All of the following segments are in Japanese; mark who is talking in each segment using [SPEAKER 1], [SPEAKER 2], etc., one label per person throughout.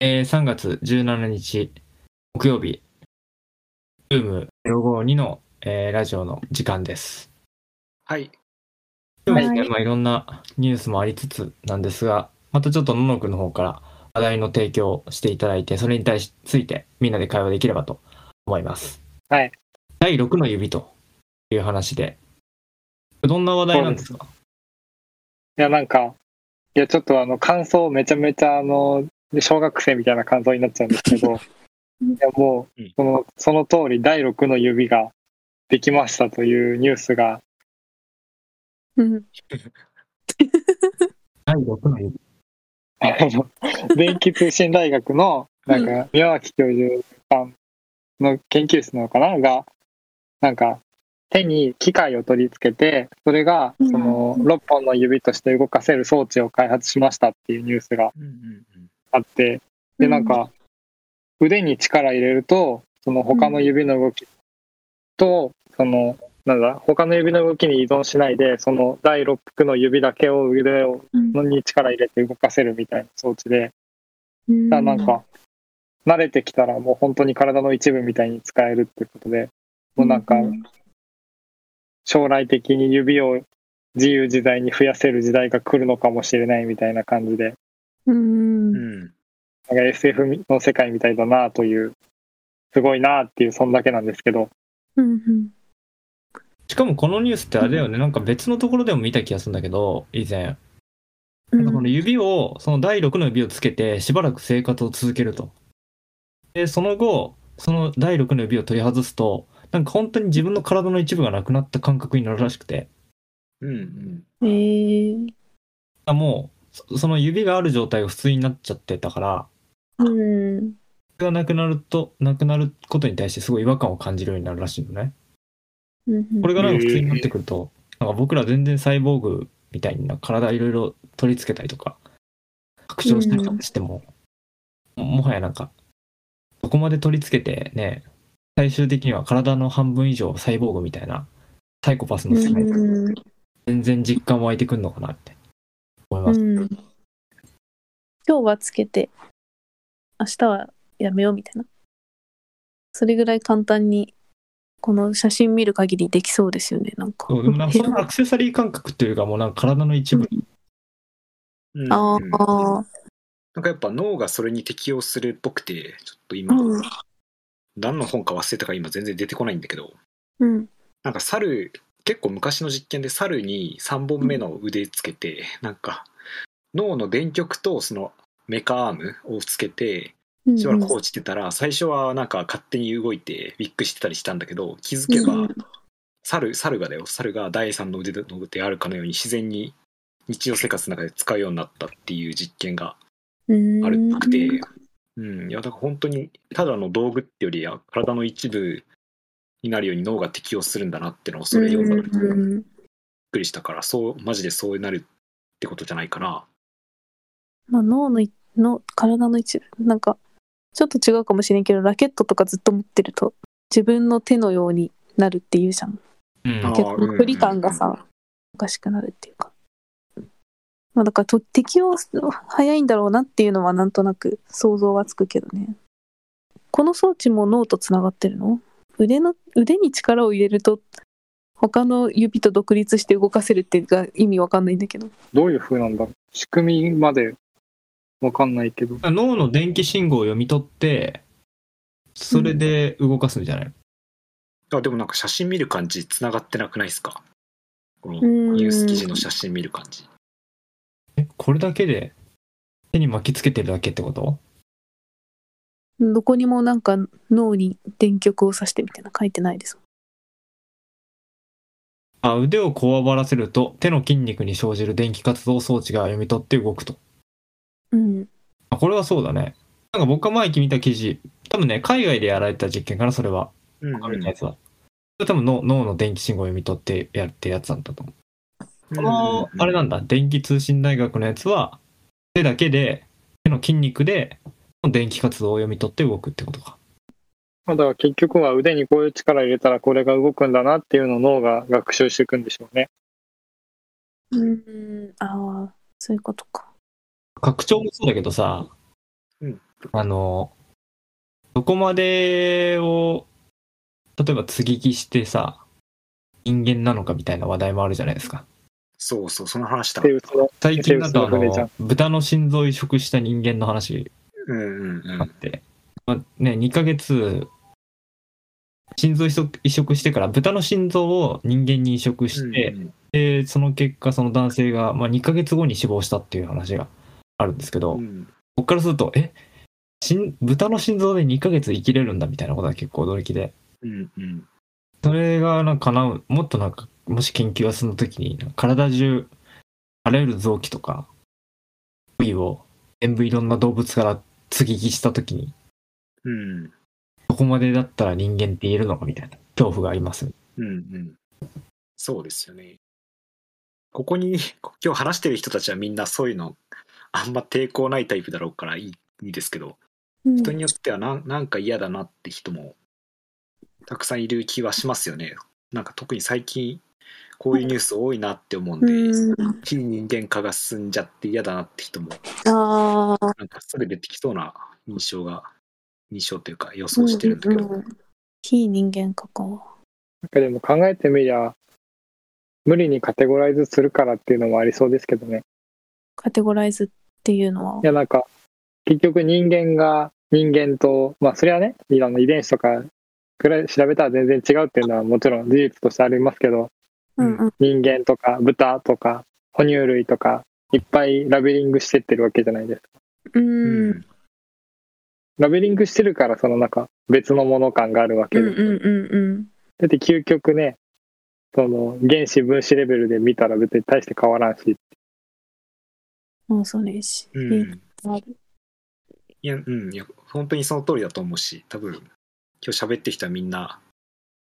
[SPEAKER 1] えー3月17日木曜日、ルーム452の、えーラジオの時間です。
[SPEAKER 2] はい。
[SPEAKER 1] 今
[SPEAKER 3] は
[SPEAKER 1] 日
[SPEAKER 3] い
[SPEAKER 1] も、い、まあいろんなニュースもありつつなんですが、またちょっとののくんの方から話題の提供をしていただいて、それに対しついてみんなで会話できればと思います。
[SPEAKER 2] はい。
[SPEAKER 1] 第6の指という話で、どんな話題なんですか
[SPEAKER 2] いや、なんか、いや、ちょっとあの、感想めちゃめちゃ、あの、小学生みたいな感想になっちゃうんですけど、いや、もう
[SPEAKER 4] うん、
[SPEAKER 2] その、その通り、第6の指ができましたというニュースが、
[SPEAKER 3] うん。
[SPEAKER 1] 第6の指。
[SPEAKER 2] あの電気通信大学の、なんか、宮脇教授さんの研究室なのかなが、なんか、手に機械を取り付けて、それが、その、
[SPEAKER 3] うん
[SPEAKER 2] 6本の指として動かせる装置を開発しましたっていうニュースが
[SPEAKER 4] うんうんうん
[SPEAKER 2] あって、
[SPEAKER 3] う
[SPEAKER 2] で、
[SPEAKER 3] ん
[SPEAKER 2] なんか、腕に力入れると、その他の指の動きと、その、なんだ、他の指の動きに依存しないで、その第6区の指だけを腕をに力入れて動かせるみたいな装置で、
[SPEAKER 3] うん
[SPEAKER 2] だからなんか、慣れてきたらもう本当に体の一部みたいに使えるってことで、もうなんか、将来的に指を自由自在に増やせる時代が来るのかもしれないみたいな感じで、
[SPEAKER 3] うん。
[SPEAKER 4] う
[SPEAKER 3] うん
[SPEAKER 4] ん
[SPEAKER 2] なんか SF の世界みたいだなという、すごいなっていう、そんだけなんですけど、
[SPEAKER 3] うん。
[SPEAKER 1] しかもこのニュースってあれだよね、なんか別のところでも見た気がするんだけど、以前。なんかこの指を、その第6の指をつけて、しばらく生活を続けると。で、その後、その第6の指を取り外すと、なんか本当に自分の体の一部がなくなった感覚になるらしくて、
[SPEAKER 4] うんうん
[SPEAKER 3] ええ。
[SPEAKER 1] あもうそ、その指がある状態が普通になっちゃってたから、
[SPEAKER 3] うん。
[SPEAKER 1] それがなくなると、なくなることに対してすごい違和感を感じるようになるらしいのね。
[SPEAKER 3] うん
[SPEAKER 1] これがなんか普通になってくると、なんか僕ら全然サイボーグみたいにな体いろいろ取り付けたりとか、拡張したりとかしても、もはやなんか、どこまで取り付けてね、最終的には体の半分以上サイボーグみたいな、サイコパスの世界、
[SPEAKER 3] うん。
[SPEAKER 1] 全然実感湧いてくるのかなって思います。
[SPEAKER 3] うん。今日はつけて、明日はやめようみたいな。それぐらい簡単に、この写真見る限りできそうですよね、なんか。
[SPEAKER 1] そうでもなんかそれもアクセサリー感覚というか、もうなんか体の一部、
[SPEAKER 4] うんうん
[SPEAKER 3] ああ、
[SPEAKER 4] なんかやっぱ脳がそれに適応するっぽくてちょっと今、
[SPEAKER 3] うん。
[SPEAKER 4] 何の本か忘れたから今全然出てこないんだけど
[SPEAKER 3] うん。
[SPEAKER 4] なんか猿結構昔の実験で猿に3本目の腕つけて、なんか脳の電極とそのメカアームをつけてしばらく放置してたら、最初はなんか勝手に動いてびっくりしてたりしたんだけど気づけば、
[SPEAKER 3] うん
[SPEAKER 4] 猿猿がだよ猿が第三の腕の腕あるかのように自然に日常生活の中で使うようになったっていう実験が
[SPEAKER 3] うん
[SPEAKER 4] あるっぽくて、うん、いやだから本当にただの道具ってよりは体の一部になるように脳が適応するんだなってのをそれ読んだ時にびっ
[SPEAKER 3] うん
[SPEAKER 4] くりしたから、そうマジでそうなるってことじゃないかな。
[SPEAKER 3] まあ、脳のいの体の一部なんかちょっと違うかもしれんけどラケットとかずっと持ってると自分の手のようになるっていうじゃん
[SPEAKER 1] うん
[SPEAKER 4] あー
[SPEAKER 3] 結構
[SPEAKER 4] うん
[SPEAKER 3] 距離感がさおかしくなるっていうか、まあ、だからと適応す早いんだろうなっていうのはなんとなく想像はつくけどねこの装置も脳とつながってるの腕の腕に力を入れると他の指と独立して動かせるっていうか意味わかんないんだけど
[SPEAKER 2] どういう風なんだろう仕組みまでわかんないけど、
[SPEAKER 1] 脳の電気信号を読み取って、それで動かすんじゃない
[SPEAKER 4] あでもなんか写真見る感じつながってなくないですかこの
[SPEAKER 3] うん
[SPEAKER 4] ニュース記事の写真見る感じ。
[SPEAKER 1] え、これだけで手に巻きつけてるだけってこと
[SPEAKER 3] どこにもなんか脳に電極を刺してみたいな書いてないです。
[SPEAKER 1] あ、腕をこわばらせると手の筋肉に生じる電気活動装置が読み取って動くと。
[SPEAKER 3] うん。
[SPEAKER 1] あ、これはそうだね。なんか僕が前見た記事、多分ね、海外でやられた実験かな、それは。
[SPEAKER 4] うんうん
[SPEAKER 1] あるやつは。それ多分脳脳の電気信号を読み取ってやってるやつなんだと思う。この、あれなんだ、電気通信大学のやつは、手だけで、手の筋肉で、電気活動を読み取って動くってことか。
[SPEAKER 2] まあだから結局は腕にこういう力入れたらこれが動くんだなっていうのを脳が学習していくんでしょうね。
[SPEAKER 3] うん。ああ、そういうことか。
[SPEAKER 1] 拡張もそうだけどさ、
[SPEAKER 4] うん
[SPEAKER 1] あの、どこまでを、例えば接ぎ木してさ、人間なのかみたいな話題もあるじゃないですか。
[SPEAKER 4] そうそう、その話だ
[SPEAKER 2] っ。ていうその
[SPEAKER 1] 最近だとあ
[SPEAKER 2] そうですね
[SPEAKER 1] の、豚の心臓移植した人間の話
[SPEAKER 4] うんうんう
[SPEAKER 1] があっ
[SPEAKER 4] ん。
[SPEAKER 1] て、まあね、2ヶ月、心臓移植移植してから豚の心臓を人間に移植して、
[SPEAKER 4] うんうん
[SPEAKER 1] でその結果その男性が、まあ、2ヶ月後に死亡したっていう話があるんですけど、
[SPEAKER 4] うん
[SPEAKER 1] 僕からするとえ心豚の心臓で2ヶ月生きれるんだみたいなことは結構驚きで
[SPEAKER 4] うんうん
[SPEAKER 1] それがなんか叶うもっとなんかもし研究が進んだ時に体中あらゆる臓器とか部位を全部いろんな動物から接ぎ木した時に
[SPEAKER 4] うん
[SPEAKER 1] どこまでだったら人間って言えるのかみたいな恐怖があります
[SPEAKER 4] うんうんそうですよね。ここに今日話してる人たちはみんなそういうのあんま抵抗ないタイプだろうからいいいいですけど
[SPEAKER 3] うん
[SPEAKER 4] 人によってはなんなんか嫌だなって人もたくさんいる気はしますよね。なんか特に最近こういうニュース多いなって思うんで、
[SPEAKER 3] うん
[SPEAKER 4] 非人間化が進んじゃって嫌だなって人も
[SPEAKER 3] ああ
[SPEAKER 4] なんかすぐ出てきそうな印象が印象というか予想してるんだけど、
[SPEAKER 3] うんうんうん非人間かか
[SPEAKER 2] なんかでも考えてみりゃ無理にカテゴライズするからっていうのもありそうですけどね
[SPEAKER 3] カテゴライズっていうのはい
[SPEAKER 2] やなんか結局人間が人間とまあそれはねあの遺伝子とかくらい調べたら全然違うっていうのはもちろん事実としてありますけど
[SPEAKER 3] うんうん
[SPEAKER 2] 人間とか豚とか哺乳類とかいっぱいラベリングしてってるわけじゃないですか
[SPEAKER 3] うんうん
[SPEAKER 2] ラベリングしてるからそのなんか別のもの感があるわけ
[SPEAKER 3] う
[SPEAKER 2] で、
[SPEAKER 3] んうんうん
[SPEAKER 2] だって究極ねその原子分子レベルで見たら別に大して変わらんし
[SPEAKER 3] もうそうです
[SPEAKER 4] うんいやうんいや本当にその通りだと思うし多分今日喋ってきたみんな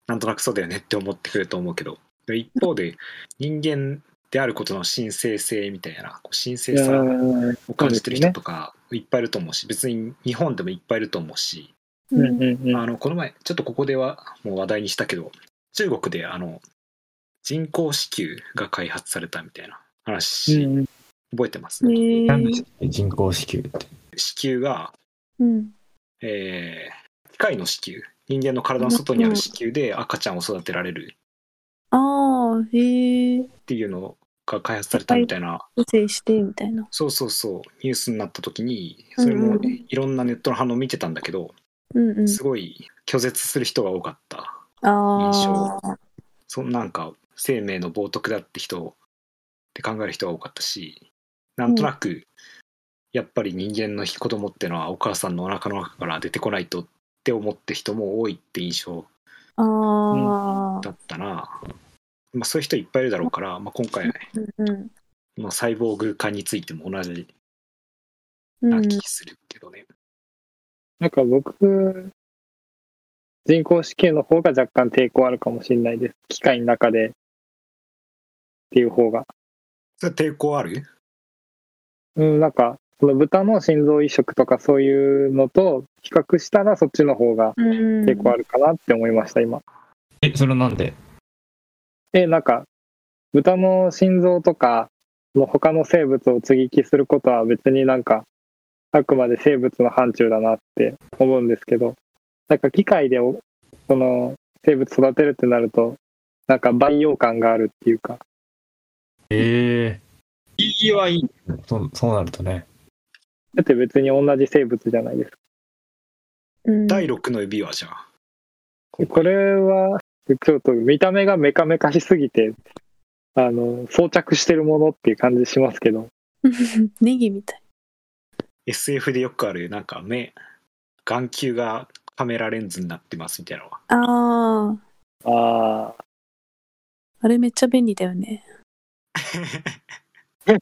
[SPEAKER 4] なんとなくそうだよねって思ってくれると思うけどで一方で人間であることの神聖性みたいなこう神聖さ
[SPEAKER 2] うん
[SPEAKER 4] を感じてる人とかいっぱいいると思うし別に日本でもいっぱいいると思うし
[SPEAKER 2] うん
[SPEAKER 3] うん
[SPEAKER 2] うんうん
[SPEAKER 4] あのこの前ちょっとここではもう話題にしたけど中国であの人工子宮が開発されたみたいな話、
[SPEAKER 2] うん
[SPEAKER 4] 覚えてます、
[SPEAKER 3] へ
[SPEAKER 1] 何で
[SPEAKER 3] ー
[SPEAKER 1] したっけ人工子宮って
[SPEAKER 4] 子宮が、
[SPEAKER 3] うん
[SPEAKER 4] えー機械の子宮人間の体の外にある子宮で赤ちゃんを育てられる
[SPEAKER 3] ああへえ
[SPEAKER 4] っていうのが開発されたみたいな、
[SPEAKER 3] 個性してみたいな
[SPEAKER 4] そうそうそうニュースになった時にそれ
[SPEAKER 3] うん
[SPEAKER 4] も
[SPEAKER 3] うんうん
[SPEAKER 4] いろんなネットの反応見てたんだけど、
[SPEAKER 3] うんうん
[SPEAKER 4] すごい拒絶する人が多かった印
[SPEAKER 3] あ
[SPEAKER 4] 象
[SPEAKER 3] あ
[SPEAKER 4] そんなんか生命の冒涜だって人って考える人が多かったしなんとなくやっぱり人間の子供ってのはお母さんのお腹の中から出てこないとって思って人も多いって印象
[SPEAKER 3] ああ
[SPEAKER 4] だったな、まあ、そういう人いっぱいいるだろうから、まあ、今回
[SPEAKER 3] うん
[SPEAKER 4] のサイボーグ化についても同じ
[SPEAKER 3] うんう
[SPEAKER 4] なん気するけどね。
[SPEAKER 2] なんか僕、人工子宮の方が若干抵抗あるかもしれないです。機械の中で。っていう方が。
[SPEAKER 4] それ抵抗ある
[SPEAKER 2] うん、なんか、その豚の心臓移植とかそういうのと比較したらそっちの方が
[SPEAKER 3] うん
[SPEAKER 2] 抵抗あるかなって思いました、今。
[SPEAKER 1] えそれはなんで
[SPEAKER 2] え、なんか、豚の心臓とか、その他の生物を接ぎ木することは別になんか、あくまで生物の範疇だなって思うんですけど、なんか機械でお、その、生物育てるってなると、なんか培養感があるっていうか、
[SPEAKER 1] ええいいはいいそうそうなるとね
[SPEAKER 2] だって別に同じ生物じゃないですか。
[SPEAKER 3] うん
[SPEAKER 4] 第6の指はじゃあ
[SPEAKER 2] でこれは、ちょっと見た目がメカメカしすぎて、あの、装着してるものっていう感じしますけど、
[SPEAKER 3] ネギみたい
[SPEAKER 4] SF でよくあるなんか目眼球がカメラレンズになってますみたいな のは
[SPEAKER 3] ああ
[SPEAKER 2] ああ、
[SPEAKER 3] あれめっちゃ便利だよね
[SPEAKER 4] 便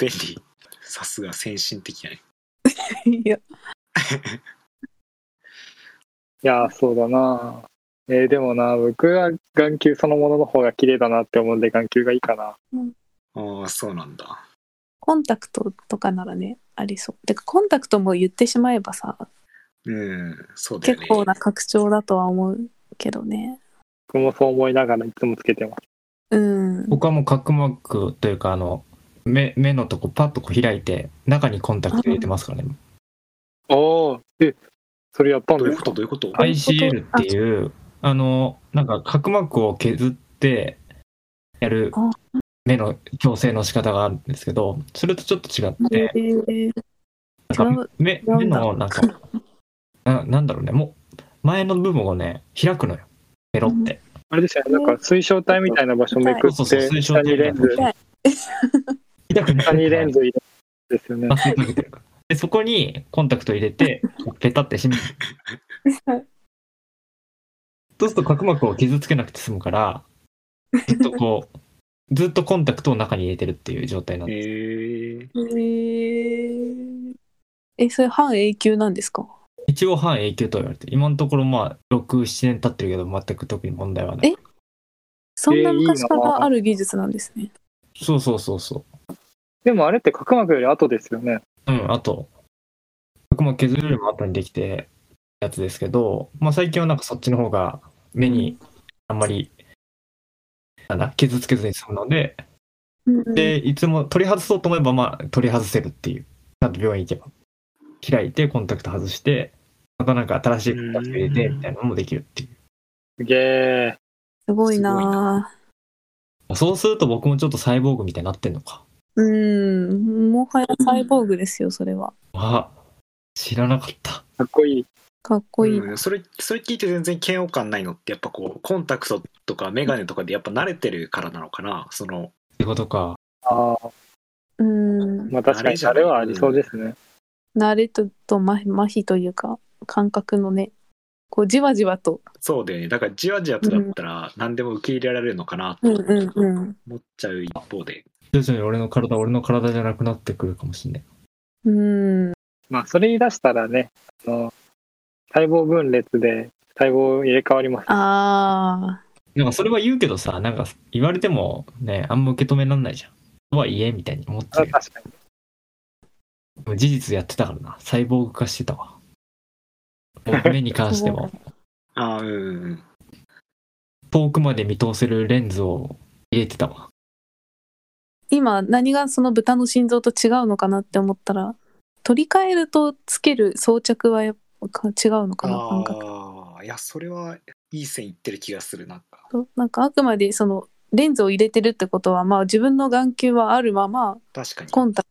[SPEAKER 4] 利さすが先進的やね
[SPEAKER 3] いや
[SPEAKER 2] いやー、そうだな。えーでもな、僕は眼球そのものの方が綺麗だなって思うんで、眼球がいいかな。
[SPEAKER 4] ああそうなんだ
[SPEAKER 3] コンタクトとかならねありそうてかコンタクトも言ってしまえばさ
[SPEAKER 4] うんそうだよね
[SPEAKER 3] 結構な拡張だとは思うけどね
[SPEAKER 2] 僕もそう思いながらいつもつけてます。
[SPEAKER 3] うん
[SPEAKER 1] 僕はもう角膜というかあの目目のとこパッとこう開いて中にコンタクト入れてますからね
[SPEAKER 2] ああ、え、それやったん
[SPEAKER 4] どうい
[SPEAKER 2] で
[SPEAKER 4] う
[SPEAKER 2] す
[SPEAKER 4] こと
[SPEAKER 2] か
[SPEAKER 4] どういうこと
[SPEAKER 3] はい
[SPEAKER 1] ICL っていう、あの、なんか角膜を削ってやる
[SPEAKER 3] あ
[SPEAKER 1] 目の矯正の仕方があるんですけど、それとちょっと違って、
[SPEAKER 3] えー
[SPEAKER 1] なん
[SPEAKER 3] 違
[SPEAKER 1] か
[SPEAKER 3] う
[SPEAKER 1] 目
[SPEAKER 3] 違うんだ
[SPEAKER 1] 目のなんかな、なんだろうね、もう前の部分をね、開くのよ、ペロって。
[SPEAKER 2] あれですよね、なんか水晶体みたいな場所めくっ
[SPEAKER 1] そうそうそう水
[SPEAKER 2] て、
[SPEAKER 1] 晶
[SPEAKER 2] 下
[SPEAKER 1] 体
[SPEAKER 2] に
[SPEAKER 1] みたい
[SPEAKER 2] レン
[SPEAKER 1] な
[SPEAKER 2] ズ、
[SPEAKER 1] 痛くな
[SPEAKER 2] 下にレン
[SPEAKER 1] い
[SPEAKER 2] ズ入れるんですよね。
[SPEAKER 1] 麻酔かけてるからでそこにコンタクト入れて、ペタって閉める。そうすると角膜を傷つけなくて済むから、ずっとこう、ずっとコンタクトを中に入れてるっていう状態なん
[SPEAKER 4] え
[SPEAKER 1] で
[SPEAKER 4] ー、
[SPEAKER 3] えーえ、それ半永久なんですか
[SPEAKER 1] 一応半永久と言われて、今のところまあ、6、7年経ってるけど、全く特に問題はない。
[SPEAKER 3] えそんな昔か
[SPEAKER 2] えーいいな
[SPEAKER 3] らある技術なんですね。
[SPEAKER 1] そうそうそうそ
[SPEAKER 2] でもあれって角膜より後ですよね。
[SPEAKER 1] う。うん、あと、角膜削るよりも後にできてやつですけど、まあ最近はなんかそっちの方が目にあんまり、なんだ、傷つけずに済むので、
[SPEAKER 3] うん
[SPEAKER 1] で、いつも取り外そうと思えば、まあ、取り外せるっていう。ちゃんと病院行けば。開いて、コンタクト外して、またなんか新しいコンタクト入れて、みたいなのもできるっていう。
[SPEAKER 2] すげえ。
[SPEAKER 3] すごい
[SPEAKER 4] すごい
[SPEAKER 3] な
[SPEAKER 1] そうすると僕もちょっとサイボーグみたいになってんのか。
[SPEAKER 3] うん、もはやサイボーグですよ、それは。
[SPEAKER 1] あ、知らなかった。
[SPEAKER 2] かっこいい。
[SPEAKER 3] かっこいい。
[SPEAKER 4] うん、それそれ聞いて全然嫌悪感ないのってやっぱこうコンタクトとかメガネとかでやっぱ慣れてるからなのかなその
[SPEAKER 1] ってことか。
[SPEAKER 2] ああ、
[SPEAKER 3] うん、
[SPEAKER 2] まあ確かにあれはありそうですね。
[SPEAKER 3] 慣れとと麻麻痺というか、感覚のね、こう、じわじわと。
[SPEAKER 4] そうだよねだからじわじわとだったら何でも受け入れられるのかなと
[SPEAKER 3] うんうんうん。
[SPEAKER 4] 思っちゃう一方で、
[SPEAKER 1] 徐々に俺の体、俺の体じゃなくなってくるかもしれない。
[SPEAKER 3] うん、
[SPEAKER 2] まあそれ言い出したらね、あの細胞分裂で細胞入れ替わります。
[SPEAKER 3] ああ、
[SPEAKER 1] なんかそれは言うけどさ、なんか言われてもね、あんま受け止めらんないじゃん。とはいえ、みたいに思って
[SPEAKER 2] あ
[SPEAKER 1] る。
[SPEAKER 2] 確かに。
[SPEAKER 1] でも事実やってたからな。サイボーグ化してたわ。僕目に関しても。
[SPEAKER 4] ああうんうん
[SPEAKER 1] 遠くまで見通せるレンズを入れてたわ。
[SPEAKER 3] 今何がその豚の心臓と違うのかなって思ったら、取り替えるとつける装着はやっぱ違うのかな、感覚。
[SPEAKER 4] ああいやそれはいい線いってる気がするなんか
[SPEAKER 3] となんかあくまでそのレンズを入れてるってことは、まあ自分の眼球はあるまま、
[SPEAKER 4] 確かに
[SPEAKER 3] コンタク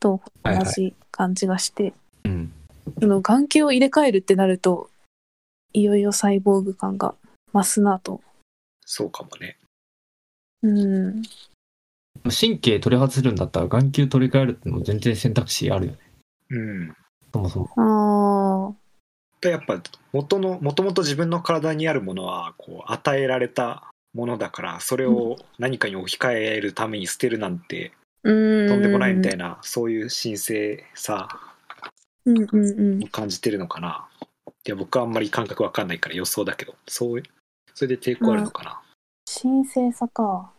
[SPEAKER 3] トと
[SPEAKER 1] はい
[SPEAKER 3] 同
[SPEAKER 1] はい
[SPEAKER 3] じ感じがして、
[SPEAKER 1] うん。
[SPEAKER 3] その眼球を入れ替えるってなると、いよいよサイボーグ感が増すなと。
[SPEAKER 4] そうかもね
[SPEAKER 3] うん。
[SPEAKER 1] 神経取り外せるんだったら眼球取り替えるってのも全然選択肢あるよね。
[SPEAKER 4] うん
[SPEAKER 1] そもそも。
[SPEAKER 3] ああ。
[SPEAKER 4] でやっぱ元のもともと自分の体にあるものはこう与えられたものだからそれを何かに置き換えるために捨てるなんて
[SPEAKER 3] と
[SPEAKER 4] と
[SPEAKER 3] ん
[SPEAKER 4] んでもないみたいな、そういう神聖さ
[SPEAKER 3] うんうんうん
[SPEAKER 4] を感じてるのかな。いや、僕はあんまり感覚わかんないから予想だけど、そう、それで抵抗あるのかな。
[SPEAKER 3] 神聖さか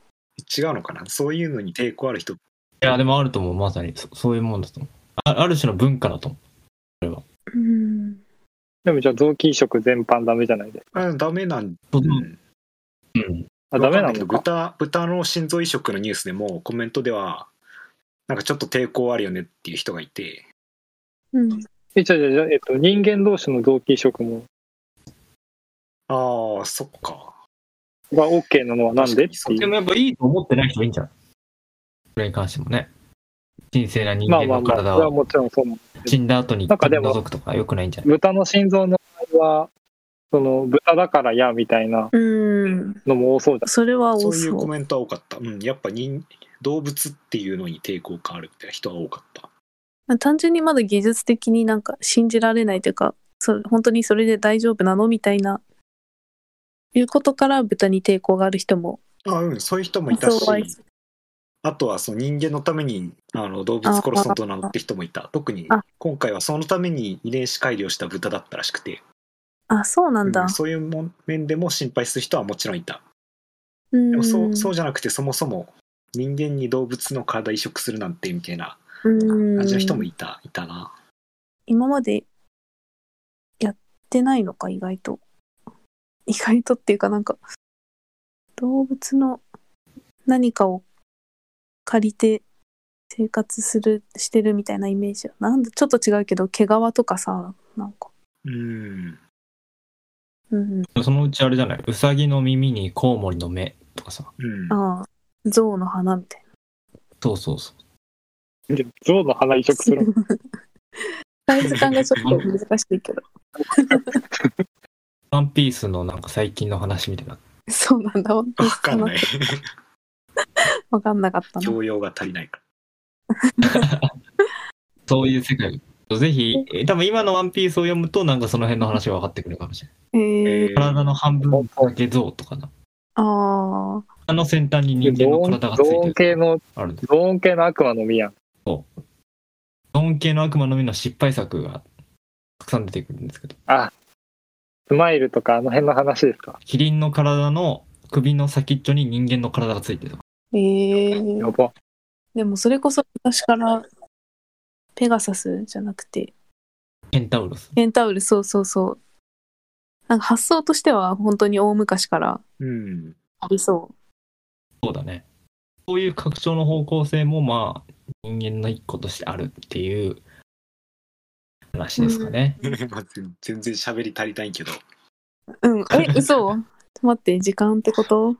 [SPEAKER 4] 違うのかな。そういうのに抵抗ある人、
[SPEAKER 1] いや、でもあると思う。まさにそ。そういうもんだと思う。あある種の文化だと思
[SPEAKER 3] うん
[SPEAKER 2] でもじゃあ臓器移植全般ダメじゃないですか。
[SPEAKER 4] あダメなん、
[SPEAKER 1] う。
[SPEAKER 4] うん、
[SPEAKER 1] うん。
[SPEAKER 2] あダメ
[SPEAKER 4] わ
[SPEAKER 2] な
[SPEAKER 4] かんいけど
[SPEAKER 2] のか。
[SPEAKER 4] 豚、豚の心臓移植のニュースでもコメントでは、なんかちょっと抵抗あるよねっていう人がいて、
[SPEAKER 3] うん
[SPEAKER 2] えじゃあじゃあじゃあえっと人間同士の臓器移植も
[SPEAKER 4] ああ、そっか。
[SPEAKER 2] が OK なのはなんでっ
[SPEAKER 4] 確か
[SPEAKER 2] て
[SPEAKER 4] に
[SPEAKER 2] い
[SPEAKER 1] で
[SPEAKER 2] う。
[SPEAKER 1] もやっぱいいと思ってない人いいんじゃないそれに関してもね。神聖な人
[SPEAKER 2] まあ
[SPEAKER 1] 間
[SPEAKER 2] まあ
[SPEAKER 1] の
[SPEAKER 2] まあ、それ
[SPEAKER 1] 体
[SPEAKER 2] は
[SPEAKER 1] は
[SPEAKER 2] もちろんそうなんですけど
[SPEAKER 1] 死んだ後に
[SPEAKER 2] なんかでも
[SPEAKER 1] 覗くとか良くないんじゃない
[SPEAKER 2] 豚の心臓の場合はその豚だから嫌みたいな
[SPEAKER 3] うん
[SPEAKER 2] のも多そうじ
[SPEAKER 3] それは
[SPEAKER 4] そ
[SPEAKER 3] 多
[SPEAKER 4] ういう
[SPEAKER 3] そ
[SPEAKER 4] コ
[SPEAKER 3] う
[SPEAKER 4] メントは多かった。うん、やっぱ人、動物っていうのに抵抗感あるみたいな人は多かった。
[SPEAKER 3] まあ単純にまだ技術的になんか信じられないというかそ本当にそれで大丈夫なのみたいないうことから豚に抵抗がある人も
[SPEAKER 4] あうん、そういう人もいたし
[SPEAKER 3] そう、はい
[SPEAKER 4] あとはその人間のためにあの動物殺すのと名乗って人もいた。特に
[SPEAKER 3] あ
[SPEAKER 4] 今回はそのために遺伝子改良した豚だったらしくて、
[SPEAKER 3] あそうなん
[SPEAKER 4] う
[SPEAKER 3] だ
[SPEAKER 4] んそういうもん面でも心配する人はもちろんいた。
[SPEAKER 3] うん
[SPEAKER 4] でもそうそうじゃなくてそもそも人間に動物の体移植するなんてみたいな
[SPEAKER 3] うん
[SPEAKER 4] 感じの人もいた,、いたな。
[SPEAKER 3] 今までやってないのか意外と意外とっていうかなんか動物の何かを借りて生活するしてるみたいなイメージはなんだちょっと違うけど毛皮とかさなんか
[SPEAKER 4] うん
[SPEAKER 3] うん
[SPEAKER 1] そのうちあれじゃないウサギの耳にコウモリの目とかさ。
[SPEAKER 4] うん
[SPEAKER 3] ああ象の花みたい
[SPEAKER 1] そうそうそう。
[SPEAKER 2] でも象の鼻移植するの
[SPEAKER 3] なサイズ感がちょっと難しいけど
[SPEAKER 1] ワンピースのなんか最近の話みたいな。
[SPEAKER 3] そうなんだ本当
[SPEAKER 4] わ
[SPEAKER 3] に
[SPEAKER 4] かんない
[SPEAKER 3] わかんなかった な
[SPEAKER 4] 教養が足りないか
[SPEAKER 1] そういう世界。ぜひ、え多分今のワンピースを読むと、なんかその辺の話が分かってくるかもしれない。
[SPEAKER 3] え
[SPEAKER 4] ら、
[SPEAKER 3] ー、
[SPEAKER 4] えー
[SPEAKER 1] 体の半分だけ像とかな。
[SPEAKER 3] ああ
[SPEAKER 1] あの先端に人
[SPEAKER 2] ゾ
[SPEAKER 1] 間の
[SPEAKER 2] ーン
[SPEAKER 1] 体がつ
[SPEAKER 2] ゾー
[SPEAKER 1] い
[SPEAKER 2] ン
[SPEAKER 1] てる。
[SPEAKER 2] 系の
[SPEAKER 1] あるんです。
[SPEAKER 2] ゾーン系の悪魔の実やん
[SPEAKER 1] ゾーン系の悪魔の実の失敗作がたくさん出てくるんですけど、
[SPEAKER 2] スマイルとかあの辺の話ですか
[SPEAKER 1] キリンの体の首の先っちょに人間の体がついてるとか。
[SPEAKER 3] えー
[SPEAKER 2] やば
[SPEAKER 3] でもそれこそ昔からペガサスじゃなくて
[SPEAKER 1] ケンタウロス。
[SPEAKER 3] ケンタウルそうそうそうなんか発想としては本当に大昔から
[SPEAKER 4] うん
[SPEAKER 3] ありそう
[SPEAKER 1] そうだね。そういう拡張の方向性も、まあ、人間の一個としてあるっていう話ですかね。
[SPEAKER 4] まあ全然喋り足りないけど
[SPEAKER 3] うんえ嘘待って時間ってこと